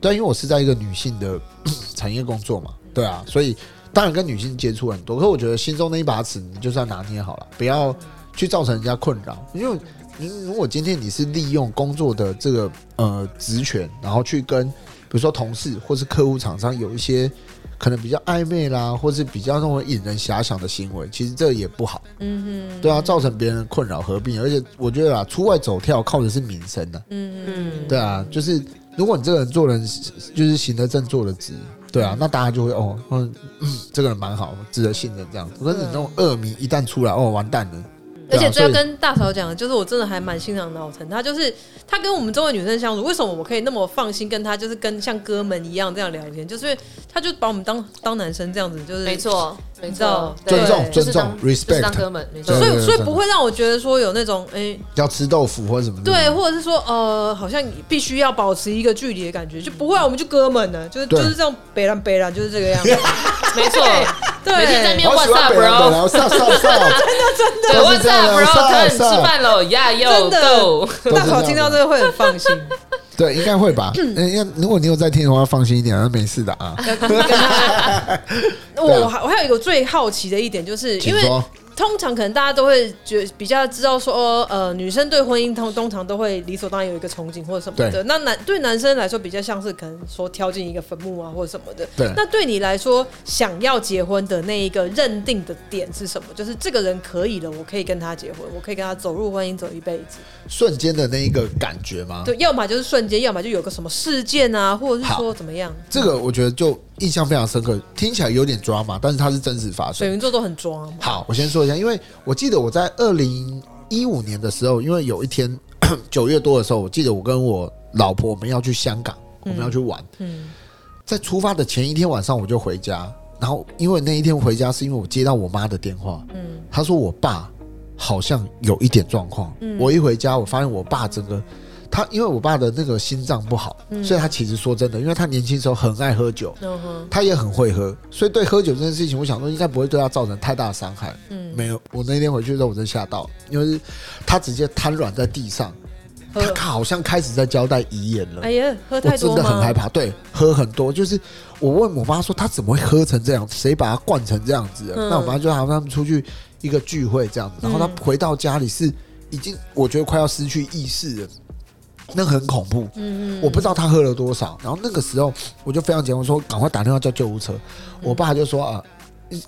对啊、因为我是在一个女性的呃产业工作嘛，对啊，所以当然跟女性接触很多，可是我觉得心中那一把尺，你就是要拿捏好了，不要去造成人家困扰，因为嗯如果今天你是利用工作的这个呃职权，然后去跟比如说同事或是客户、厂商有一些可能比较暧昧啦，或是比较那种引人遐想的行为，其实这也不好。
嗯哼，
对啊，造成别人的困扰合并，而且我觉得啊，出外走跳靠的是名声的、
嗯嗯，
嗯，
对啊，就是如果你这个人做人就是行得正坐得直，对啊，那大家就会哦，嗯，嗯这个人蛮好，值得信任这样。
嗯
可是你那种恶名一旦出来，哦，完蛋了。对
而
啊
且这
所
要
以
跟大嫂讲的，就是我真的还蛮欣赏脑疼，她就是她跟我们周围女生相处，为什么我可以那么放心跟她，就是跟像哥们一样这样聊天，就是因为她就把我们当当男生这样子，就是
没。错，没
知道
错，对
尊重
就是当
尊重
就是当
respect
哥们，没错
对
所。
对嗯
以，
对
所以
对
不会让我觉得说有那种哎、
要吃豆腐或者什么的
对，或者是说呃，好像必须要保持一个距离的感觉，就不会、啊，我们就哥们呢，就是就
对
是这样北兰北兰，就是这个 样子。
没错，
对，
每天在那边
好喜欢北人
What's up, bro？
北人，stop stop stop，
对
都是
，What's
这样
up,
的
bro？
上
看吃
上
饭喽呀
真
哟
的
go。
大嫂听到这个会很放心，
对，应该会 吧？嗯，因为如果你有在听的话，放心一点，那没事的啊。
那我还我还有一个最好奇的一点，就是因
请
为
说，
通常可能大家都会觉比较知道说，哦，呃，女生对婚姻通通常都会理所当然有一个憧憬或者什么的。
对
那男对男生来说比较像是可能说挑进一个坟墓啊或者什么的。
对
那对你来说，想要结婚的那一个认定的点是什么？就是这个人可以了，我可以跟他结婚，我可以跟他走入婚姻走一辈子。
瞬间的那一个感觉吗？
对，要么就是瞬间，要么就有个什么事件啊，或者是说
好
怎么样。
这个我觉得就印象非常深刻，听起来有点抓嘛，但是它是真实发
水
生。
瓶座都很装啊嘛。
好，我先说一下，因为我记得我在二零一五年的时候，因为有一天 九月多的时候，我记得我跟我老婆我们要去香港，我们要去玩。
嗯
在出发的前一天晚上我就回家，然后因为那一天回家是因为我接到我妈的电话，
嗯，
她说我爸好像有一点状况。
嗯
我一回家，我发现我爸整个他，因为我爸的那个心脏不好，所以他其实说真的，因为他年轻时候很爱喝酒，
嗯哼，
他也很会喝，所以对喝酒这件事情，我想说应该不会对他造成太大的伤害。
嗯
没有，我那天回去之后我真吓到，因为他直接瘫软在地上，
喝
他好像开始在交代遗言了
哎。呀，喝
我
太
真
多
的很害
吗？
怕，对，喝很多。就是我问我妈说，他怎么会喝成这样？谁把他灌成这样子的？
嗯
那我妈就喊他们出去一个聚会这样子，然后他
嗯
回到家里是已经，我觉得快要失去意识了，那很恐怖。
嗯
我不知道他喝了多少。然后那个时候我就非常紧张，说赶快打电话叫救护车。
嗯
我爸就说啊，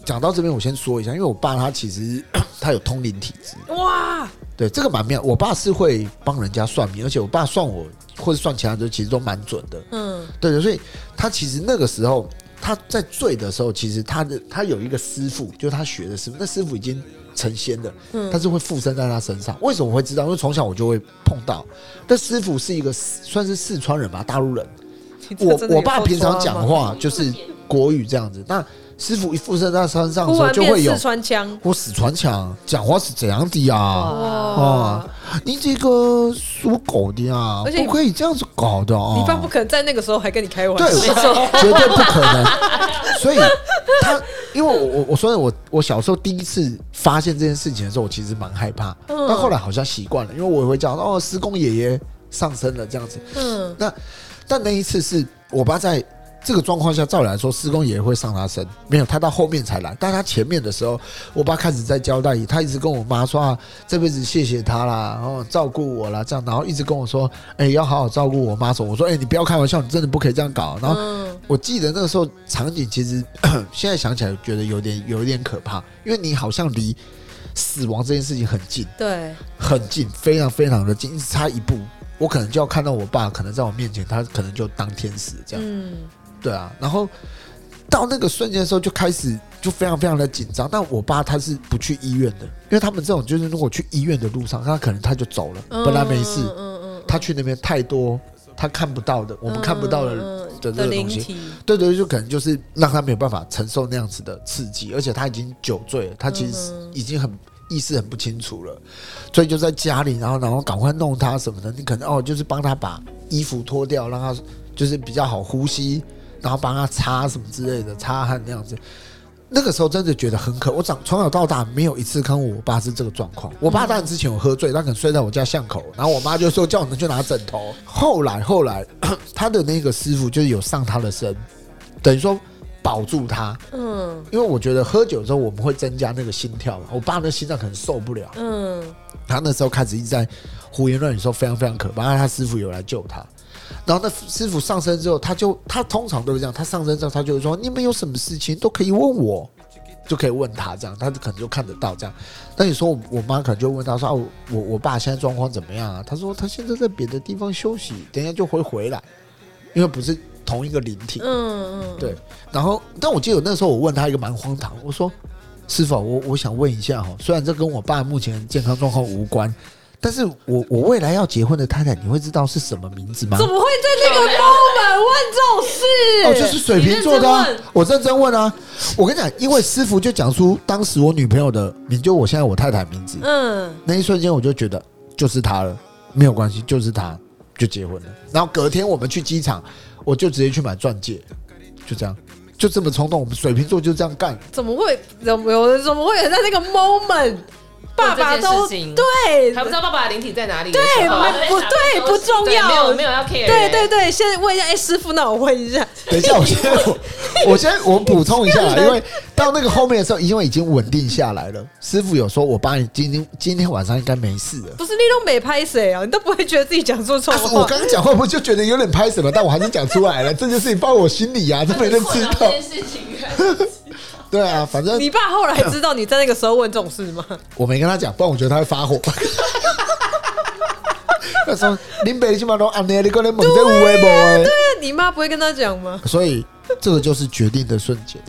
讲到这边我先说一下，因为我爸他其实他有通灵体质，
嗯，哇，
对这个蛮妙。我爸是会帮人家算命，而且我爸算我或者算其他人其实都蛮准的。
嗯
对对，所以他其实那个时候他在醉的时候，其实他的他有一个师傅，就是他学的师傅，那师傅已经成仙了，
嗯
但是会附身在他身上。为什么我会知道？因为从小我就会碰到。那师傅是一个四算是四川人吧，大陆人。我我爸平常讲话就是国语这样子，那师傅一附身在他身上的
忽
时候，
然
就
变
会有
四川腔，
我死传强讲话是这样的呀、
哦
哦
哇！
你这个属狗的呀，
而且
不可以这样子搞的啊！
你爸不可能在那个时候还跟你开玩
对，
笑，
绝对不可能。所以他，因为我我我说的我我小时候第一次发现这件事情的时候，我其实蛮害怕，
嗯
但后来好像习惯了，因为我也会讲哦，施工爷爷上身了这样子。
嗯
那但那一次是我爸在这个状况下，照理来说，施工也会上他身，没有他到后面才来，但他前面的时候，我爸开始在交代，他一直跟我妈说啊，这辈子谢谢他啦，然后照顾我啦，这样，然后一直跟我说，哎、要好好照顾我妈什么。我说，哎、你不要开玩笑，你真的不可以这样搞。然后
嗯
我记得那个时候场景，其实现在想起来觉得有点有一点可怕，因为你好像离死亡这件事情很近。
对，
很近，非常非常的近，一直差一步，我可能就要看到我爸，可能在我面前，他可能就当天使这样，
嗯
对啊。然后到那个瞬间的时候，就开始就非常非常的紧张。但我爸他是不去医院的，因为他们这种就是如果去医院的路上，他可能他就走了，本来没事，
嗯嗯，
他去那边太多他看不到的，我们看不到的的这
嗯的
个
灵
东西，
体，
对对，就可能就是让他没有办法承受那样子的刺激，而且他已经酒醉了，他其实已经很意识很不清楚了，所以就在家里，然后然后赶快弄他什么的，你可能哦就是帮他把衣服脱掉，让他就是比较好呼吸，然后帮他擦什么之类的，擦汗那样子。那个时候真的觉得很可，我长从小到大没有一次看过我爸是这个状况。我爸当然之前有喝醉，他可能睡在我家巷口，然后我妈就说叫我们去拿枕头。后来后来， 他的那个师傅就是有上他的身，等于说保住他，
嗯
因为我觉得喝酒之后我们会增加那个心跳嘛，我爸那心脏可能受不了，
嗯
他那时候开始一直在胡言乱语的时候非常非常可怕。那他师傅有来救他，然后那师傅上身之后，他就他通常都是这样，他上身之后他就会说：“你们有什么事情都可以问我，就可以问他这样，他就可能就看得到这样。”那你说我我妈可能就问他说：“啊，我我我爸现在状况怎么样啊？”他说：“他现在在别的地方休息，等一下就会回来，因为不是同一个灵体。”
嗯嗯，
对，然后但我记得我那时候我问他一个蛮荒唐，我说：“师傅啊，我我想问一下哈，虽然这跟我爸目前健康状况无关，但是我我未来要结婚的太太，你会知道是什么名字吗？”
怎么会在那个 moment 问这种事？
啊哦，就是水瓶座的、啊
你认真问，
我认真问啊。我跟你讲，因为师傅就讲出当时我女朋友的名，就我现在我太太的名字，
嗯，
那一瞬间我就觉得就是她了，没有关系，就是她，就结婚了。然后隔天我们去机场，我就直接去买钻戒，就这样，就这么冲动。我们水瓶座就这样干，
怎么会？怎么有人怎么会在那个 moment？爸爸都
这件事情
对，
还不知道爸爸的灵体在哪里的
对，
时候。
没不对不重
对，没
要，
有没有要 care，
对对对，先问一下，哎、师傅，那我问一下，
等一下，我先我我先我补充一下啦，因为到那个后面的时候，因为已经稳定下来了，师傅有说我爸今天今天晚上应该没事了。
不是你都没拍谁啊？你都不会觉得自己讲错错
啊、我
话，
刚刚讲话不就觉得有点拍什么，但我还是讲出来了。这件事情放我心里呀、啊，都没人 知道
这。件事情啊，
对啊，反正
你爸后来知道你在那个时候问这种事吗？
我没跟他讲，不然我觉得他会发火。他说：“林北，你起码都安尼，你可能猛在无微博。欸
对啊，你妈不会跟他讲吗？”
所以这个就是决定的瞬间，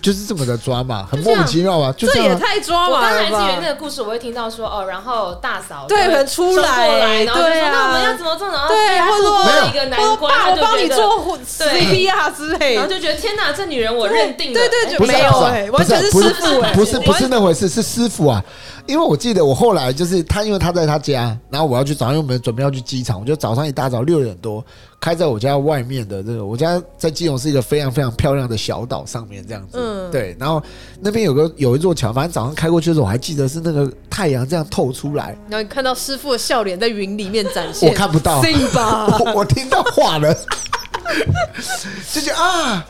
就是这么的抓嘛，很莫名其妙啊，就这
这也
样啊。
太抓
我
马
刚才
了
是以为那
吧！
个故事，我会听到说哦，然后大嫂
对
就会
出
冲过
来
来，然后就
对
说
啊
那我们要怎么做？然后
对，
他
或者
度
我
过
没有
一个
或
难
者
关，
爸，
他
我
就
帮你
觉得，
做
对
CPR 之类
然后
的。
就觉得天哪，这女人我认定了，
对对对
哎
不
不
是
是啊
没有
不是不
欸完全是
不
师傅欸
不是不是
完
那回事，是师傅啊。因为我记得我后来就是他，因为他在他家，然后我要去找，因为我们准备要去机场，我就早上一大早六点多开在我家外面的这个，我家在基隆是一个非常非常漂亮的小岛上面这样子，
嗯
对，然后那边有个有一座桥，反正早上开过去的时候，我还记得是那个太阳这样透出来，
然后你看到师傅的笑脸在云里面展现，
我看不到，
信吧？
我我听到话了， 就觉得啊，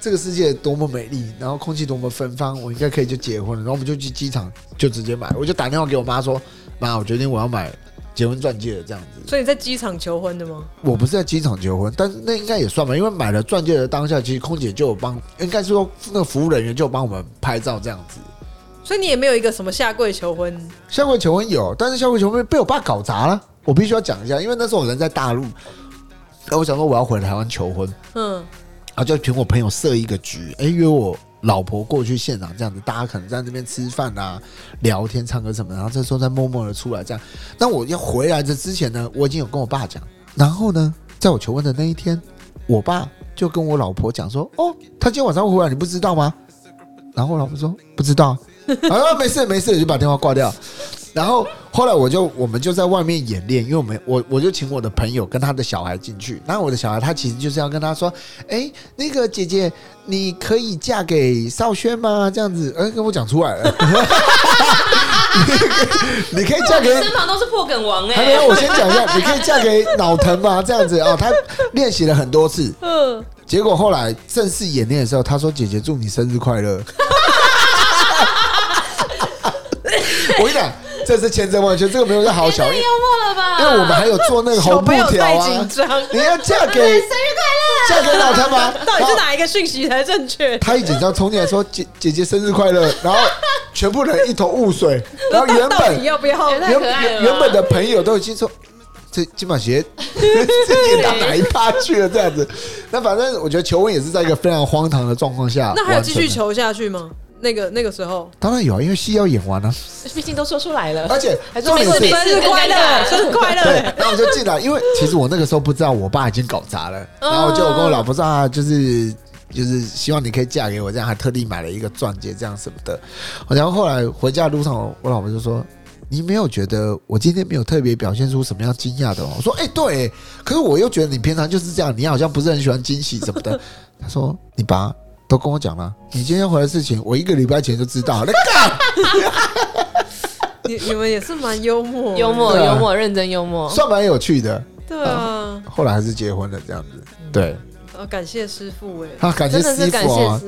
这个世界多么美丽，然后空气多么芬芳，我应该可以就结婚了。然后我们就去机场就直接买，我就打电话给我妈说，妈，我决定我要买结婚钻戒了，这样子。
所以你在机场求婚的吗？
我不是在机场结婚，但是那应该也算吧，因为买了钻戒的当下，其实空姐就有帮，应该是说那个服务人员就有帮我们拍照这样子。
所以你也没有一个什么下跪求婚，
下跪求婚有，但是下跪求婚被我爸搞砸了，我必须要讲一下，因为那时候我人在大陆，然后我想说我要回台湾求婚，
嗯，
然后就请我朋友设一个局，哎、约我老婆过去现场这样子，大家可能在那边吃饭啊、聊天、唱歌什么的，然后这时候再默默的出来这样。那我要回来的之前呢，我已经有跟我爸讲，然后呢，在我求婚的那一天，我爸就跟我老婆讲说：“哦，他今天晚上会回来，你不知道吗？”然后我老婆说：“不知道。” 啊，没事没事，就把电话挂掉。然后后来我就我们就在外面演练，因为我们我我就请我的朋友跟他的小孩进去。那我的小孩他其实就是要跟他说，哎，那个姐姐，你可以嫁给少轩吗？这样子，哎，跟我讲出来了， 你可以你可以嫁给
我身旁都是破梗王
还
哎
没，有，我先讲一下，你可以嫁给脑疼吗？这样子哦，他练习了很多次，
嗯，
结果后来正式演练的时候，他说：“姐姐，祝你生日快乐。” 我跟你讲，这是千真万确，这个没有在 好小，因为
幽默了吧？
因为我们还有做那个
小
红布
朋友
条
太
啊
紧。张，
你要嫁给嫁给老太吗？
到底是
然后
哪一个讯息才正确？
他一紧张冲进来说：“姐姐姐生日快乐！”然后全部人一头雾水，然后原
到
本
底要不要？
太
原
可爱了吧
原原本的朋友都已经说。这金马鞋这也到哪一趴去了？这样子，那反正我觉得求婚也是在一个非常荒唐的状况下。
那还有继续？求下去吗？那个那个时候，
当然有啊，因为戏要演完啊。
毕竟都说出来了，
而且
呃还
重
说
点
没事
是
没
生
事，
日快乐，
更尴尬
生日快
对
乐，，
然后我就进来，因为其实我那个时候不知道我爸已经搞砸了，然后我就有跟我老婆说啊，就是就是希望你可以嫁给我，这样还特地买了一个钻戒，这样什么的。然后后来回家的路上，我我老婆就说。你没有觉得我今天没有特别表现出什么样惊讶的吗？我说，哎、对，可是我又觉得你平常就是这样，你好像不是很喜欢惊喜什么的。他说，你爸都跟我讲了，你今天回来的事情，我一个礼拜前就知道了。
你你们也是蛮幽默的，
幽默
对啊
幽默，认真幽默。
算蛮有趣的。
对啊。
后来还是结婚了，这样子。对，
呃，感谢师傅哎、
啊，感谢
真的
师
是
傅啊，
感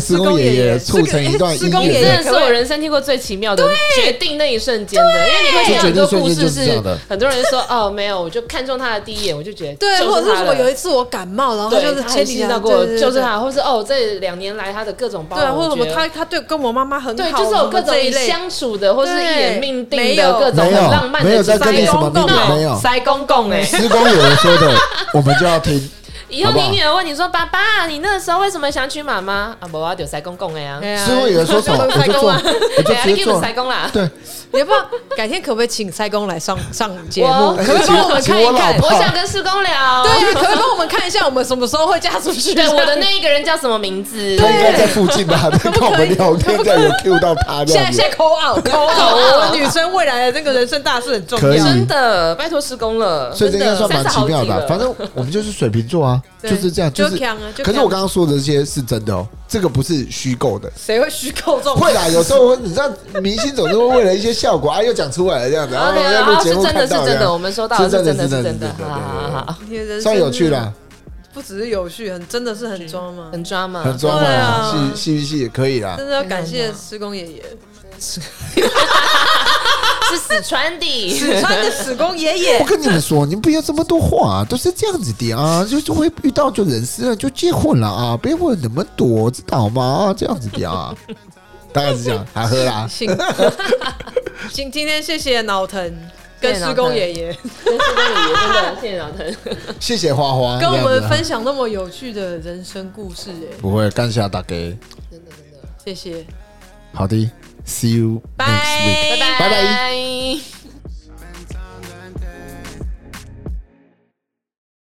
施
师
傅
工爷
对
爷，
啊
施工爷爷促
施工爷爷
成一段姻
这个施工爷
真
缘
爷。
的是我人生听过最奇妙的决定那一瞬间的，因为你会听到很多故事
就决定瞬间就是这样的
很多人说哦没有，我就看中他的第一眼，我就觉得
对，
就是
或者是
他
什么
了
有一次我感冒，然后他就
对，
啊是
他
前
很
几
细
天
到过，就是，他，或是哦这两年来他的各种包
对对对对，
容，
或者
我
什么
觉得
他他对跟我妈妈很
对，
好，
就是有各种
这一
以
类。
相处的，或是一眼命定
没
的
有
各种
没
很
有
浪漫的，
没有在跟你什么命
塞公
定没有
塞公公哎，
施工爷爷说的，我们就要听。
以后
好不好
你女儿问你说爸爸，你那时候为什么想娶妈妈啊？不，我要丢塞公公哎呀，
哎呀
施工爷爷说什么，我就做，我就
对啊，
直
你
接
给我
做
们。塞公啦。
对，
你要不要改天可不可以请塞工来上上节目
我？
哦
啊
可不可以帮我们
哎请
看一
我老
看？
婆
我想跟施工聊。
对，啊可不可以帮我们看一下我们什么时候会嫁出去？ 啊
对，我的那一个人叫什么名字？
他应该在附近吧？在
不可以
跟我们聊天，这样有 Q 到他这
现在
样子
现。在口耳口耳，啊我们女生未来的那个人生大事很重
可以
要。
真的，拜托施工了，
所以这
真
应
的
该算蛮奇妙的啊、反
正
正我们就是水瓶座啊，
对
就是这样，。
就是强啊就
可是
强
我刚刚说的这些是真的哦，这个不是虚构的。
谁会虚构这 种？
会 啦，有时候你知道，明星总是会为了一些效果啊，又讲出来了这样子，
哦
然后在录节
啊是
目
真的
看
是
到
真的，
样
我们收到的
是真
真
的
的
是
是
真
真
的
的
是真，的
好好好好，
你的人生
算有趣，啦，
不只是有趣，很真的是很装嘛，
很抓嘛，
很装
对
嘛，
啊
戏戏剧系也可以啦
真。的要感
啊
谢施工爷爷，
是四川
史
的。
川的史工爷爷
我。跟你们说，你们不要这么多话、啊，都是这样子的啊，就就会遇到就人事了，就结婚了啊，别问那么多，知道吗？这样子的 啊，大概是这样，还喝啦。
幸，今今天谢谢脑疼
谢
跟
谢脑
施
疼
工爷爷
真是真的，真的，谢谢 老腾。
谢谢花花，
跟
这
我
样子
们
啊
分享那么有趣的人生故事，哎，
不会干下大给，
谢谢，
好的，See you next week，
拜
拜拜。
拜。